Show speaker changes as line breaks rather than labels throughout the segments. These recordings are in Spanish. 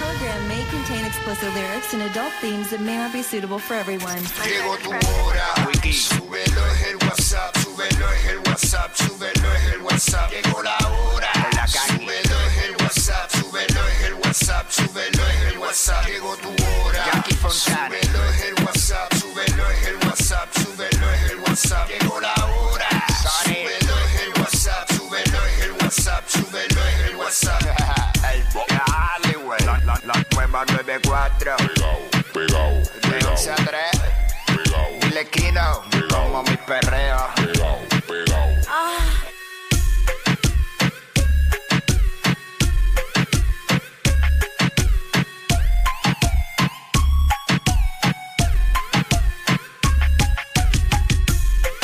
program may contain explicit lyrics and adult themes that may not be suitable for everyone.
Llegó tu hora, súbelo es el WhatsApp, súbelo es el WhatsApp, súbelo es el WhatsApp. Llegó la hora, súbelo es el WhatsApp, súbelo es el WhatsApp, súbelo es el WhatsApp. Llegó tu hora, súbelo es el WhatsApp, súbelo es el WhatsApp, súbelo es el WhatsApp. Llegó la hora, súbelo es el WhatsApp, súbelo es el WhatsApp, súbelo es el WhatsApp.
El Dale, güey. La, la, la nueva 94. De 11 a 3. Dile Kino. Como mis perreos.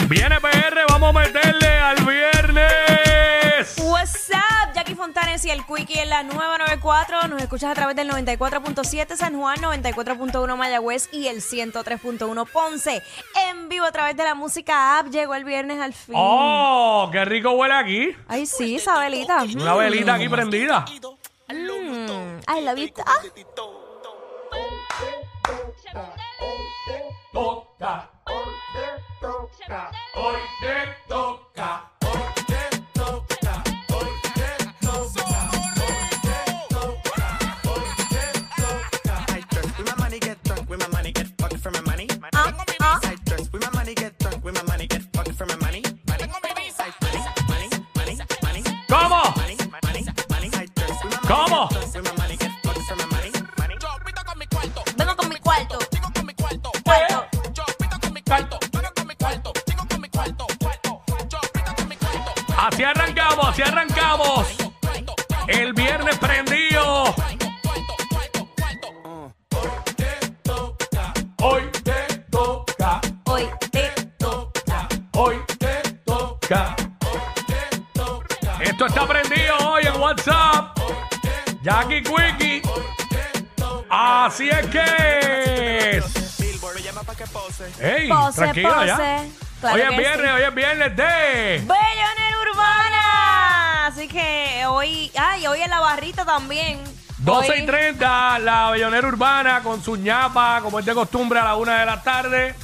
Viene PR, vamos a meterle al viernes.
What's up, Jackie Fontanes y el Quickie en la nueva 94. Nos escuchas a través del 94.7 San Juan, 94.1 Mayagüez y el 103.1 Ponce. En vivo a través de la música app. Llegó el viernes al fin.
Oh, qué rico huele aquí.
Ay, sí, Isabelita. Mm,
Una velita aquí prendida.
I love you. Ah,
I dress with my money, get drunk with my money, get fucked for my money.
ah, ah.
I dress with my money, get drunk with my money, get fucked for my money. Money, money, money, money, money,
¿Cómo?
money, money, money. I dress with my money,
¿Cómo?
dress with my money, get fucked for my money. Money,
Ah, Vengo con mi cuarto. Cuarto.
Así arrancamos, así arrancamos. El viernes prendido. Hoy te toca,
Hoy te toca.
hoy te toca. Esto está prendido hoy en WhatsApp. Jackie Quickie. Así es que. es.
Billboard me llama pa' que pose.
¡Ey!
Pose,
tranquila
pose.
ya.
Claro
hoy
que
es viernes,
sí.
hoy es viernes de.
Bellonera Urbana. Así que hoy, ay, hoy en la barrita también.
12 y
Hoy-
30, la Bellonera Urbana con su ñapa, como es de costumbre, a la 1 de la tarde.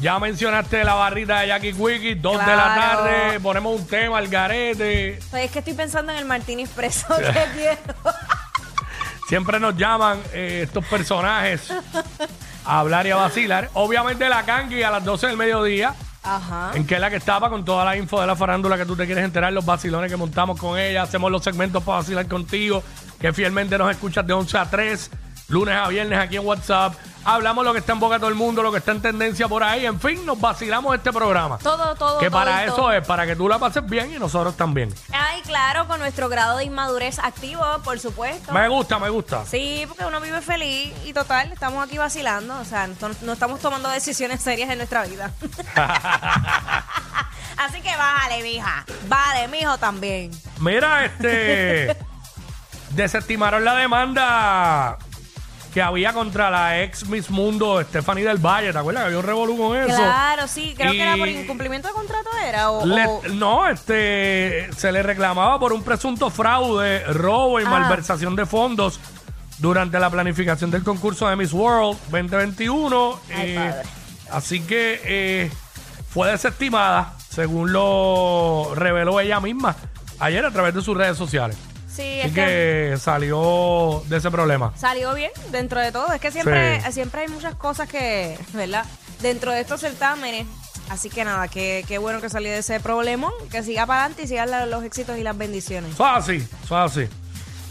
Ya mencionaste la barrita de Jackie Quickie, 2 de la
Claro.
tarde, ponemos un tema al garete.
Pues es que estoy pensando en el Martínez preso que quiero.
Siempre nos llaman eh, estos personajes a hablar y a vacilar. Obviamente la Kangi a las 12 del mediodía,
Ajá.
en que es la que estaba con toda la info de la farándula que tú te quieres enterar, los vacilones que montamos con ella, hacemos los segmentos para vacilar contigo, que fielmente nos escuchas de 11 a 3, lunes a viernes aquí en WhatsApp. Hablamos lo que está en boca de todo el mundo, lo que está en tendencia por ahí. En fin, nos vacilamos este programa.
Todo, todo.
que
todo
para
y
eso
todo.
es, para que tú la pases bien y nosotros también.
Ay, claro, con nuestro grado de inmadurez activo, por supuesto.
Me gusta, me gusta.
Sí, porque uno vive feliz y total, estamos aquí vacilando. O sea, no, no estamos tomando decisiones serias en nuestra vida. Así que bájale, mija. Vale, mijo también.
Mira, este. desestimaron la demanda que había contra la ex Miss Mundo, Stephanie del Valle. ¿Te acuerdas que había un revolú con eso?
Claro, sí. Creo
Y-
que era por incumplimiento de contrato, ¿era? O,
Le-
o-
no, este. Se le reclamaba por un presunto fraude, robo y
Ah.
malversación de fondos durante la planificación del concurso de Miss World 2021.
Ay,
Eh,
padre.
así que eh, fue desestimada, según lo reveló ella misma ayer a través de sus redes sociales.
Sí,
Así
es que...
que salió de ese problema.
salió bien dentro de todo. Es que siempre,
Sí.
siempre hay muchas cosas que, ¿verdad? Dentro de estos certámenes. Así que nada, qué que bueno que salió de ese problema. Que siga para adelante y sigan la- los éxitos y las bendiciones.
Eso es así, eso es así.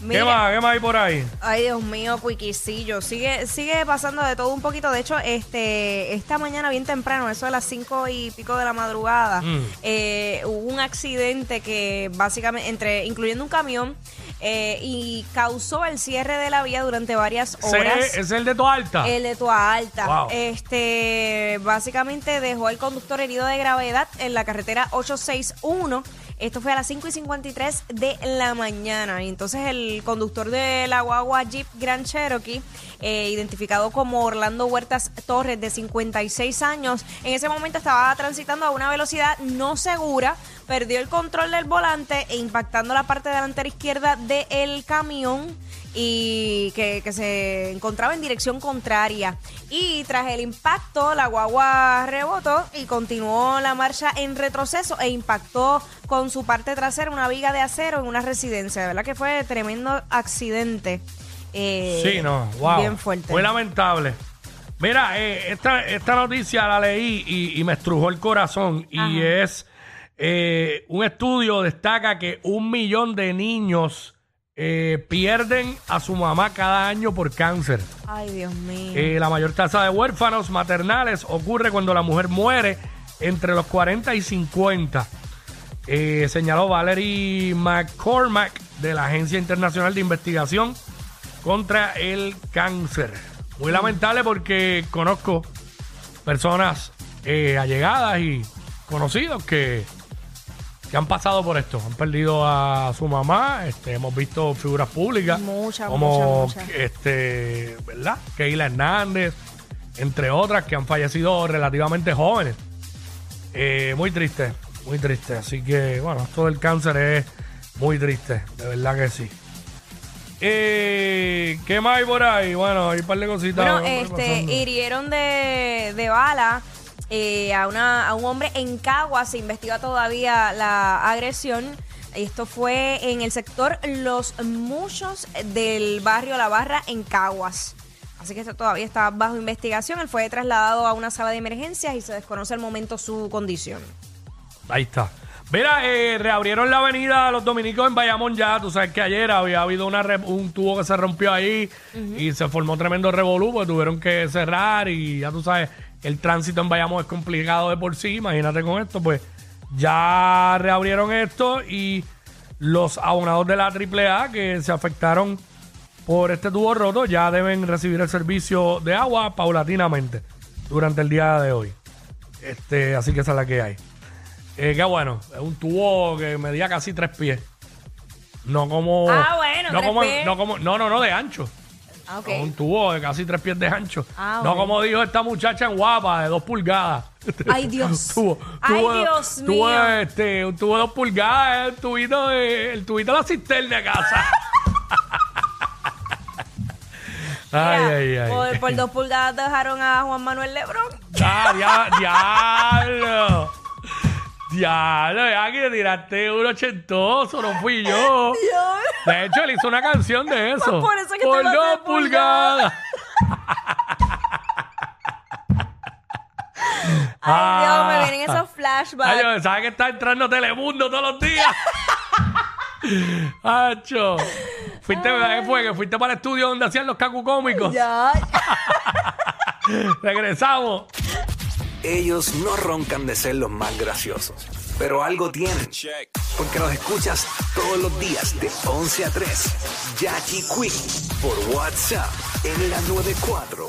¿Qué
Mira.
más? ¿Qué más hay por ahí?
Ay, Dios mío, cuiquicillo. Sigue, sigue pasando de todo un poquito. De hecho, este, esta mañana bien temprano, eso a las cinco y pico de la madrugada,
Mm.
eh, hubo un accidente que básicamente, entre, incluyendo un camión eh, y causó el cierre de la vía durante varias
Ese
horas.
es el de Toa Alta.
El de Toa Alta.
Wow.
Este, básicamente dejó al conductor herido de gravedad en la carretera 861. Esto fue a las 5 y 53 de la mañana. Y entonces el conductor de la guagua Jeep Grand Cherokee, eh, identificado como Orlando Huertas Torres, de 56 años, en ese momento estaba transitando a una velocidad no segura, perdió el control del volante e impactando la parte delantera izquierda del camión y que, que se encontraba en dirección contraria. Y tras el impacto, la guagua rebotó y continuó la marcha en retroceso e impactó con su parte trasera una viga de acero en una residencia. De verdad que fue tremendo accidente. Eh,
Sí, no, wow.
Bien fuerte.
Muy lamentable. Mira, eh, esta, esta noticia la leí y, y me estrujó el corazón. Y
Ajá.
es eh, un estudio destaca que un millón de niños eh, pierden a su mamá cada año por cáncer.
Ay, Dios mío.
Eh, la mayor tasa de huérfanos maternales ocurre cuando la mujer muere entre los 40 y 50. Eh, señaló Valerie McCormack de la Agencia Internacional de Investigación contra el Cáncer. Muy lamentable porque conozco personas eh, allegadas y conocidos que, que han pasado por esto. Han perdido a su mamá, este, hemos visto figuras públicas
Muchas,
como
muchas, muchas.
este, ¿verdad? Keila Hernández, entre otras que han fallecido relativamente jóvenes. Eh, muy triste, muy triste. Así que, bueno, esto del cáncer es muy triste, de verdad que sí. Eh, ¿Qué más hay por ahí? Bueno, hay un par de cositas.
Bueno,
vamos a ir
este,
pasando.
hirieron de, de bala eh, a, una, a un hombre en Cagua, se investiga todavía la agresión. Esto fue en el sector Los Muchos del barrio La Barra en Caguas. Así que esto todavía está bajo investigación. Él fue trasladado a una sala de emergencias y se desconoce al momento su condición.
Ahí está. Mira, eh, reabrieron la avenida Los Dominicos en Bayamón ya. Tú sabes que ayer había habido una re- un tubo que se rompió ahí y se formó tremendo revolú, porque tuvieron que cerrar y ya tú sabes, el tránsito en Bayamón es complicado de por sí. Imagínate con esto, pues ya reabrieron esto y los abonados de la AAA que se afectaron por este tubo roto ya deben recibir el servicio de agua paulatinamente durante el día de hoy. Este, así que esa es la que hay. Eh, qué bueno, es un tubo que medía casi tres pies. No como.
Ah, bueno,
no
tres
como,
pies.
No, como, no, no, no, de ancho.
Ah, ok.
Es Un tubo de casi tres pies de ancho.
Ah,
no
bueno.
como dijo esta muchacha en guapa, de dos pulgadas.
Ay, Dios.
tubo,
Ay,
tubo-
Dios
tubo,
mío.
Este, un tubo de dos pulgadas, el tubito de, el tubito de la cisterna de casa. ay,
Mira,
ay, ay.
Por, por dos pulgadas dejaron a Juan Manuel Lebrón.
Ah, dia- diablo. Diablo, ya que tiraste un ochentoso, no fui yo. De hecho, él hizo una canción de eso.
por eso que
Por
te lo
dos
hace
pulgadas.
pulgadas. Ay, Dios, me vienen esos flashbacks.
Ah. Ay, Dios, ¿sabes que está entrando Telemundo todos los días? Hacho. Fuiste, ¿qué fue? Que fuiste para el estudio donde hacían los cacu cómicos. Regresamos.
Ellos no roncan de ser los más graciosos, pero algo tienen. Porque los escuchas todos los días de 11 a 3. Jackie Quick por WhatsApp en la 94.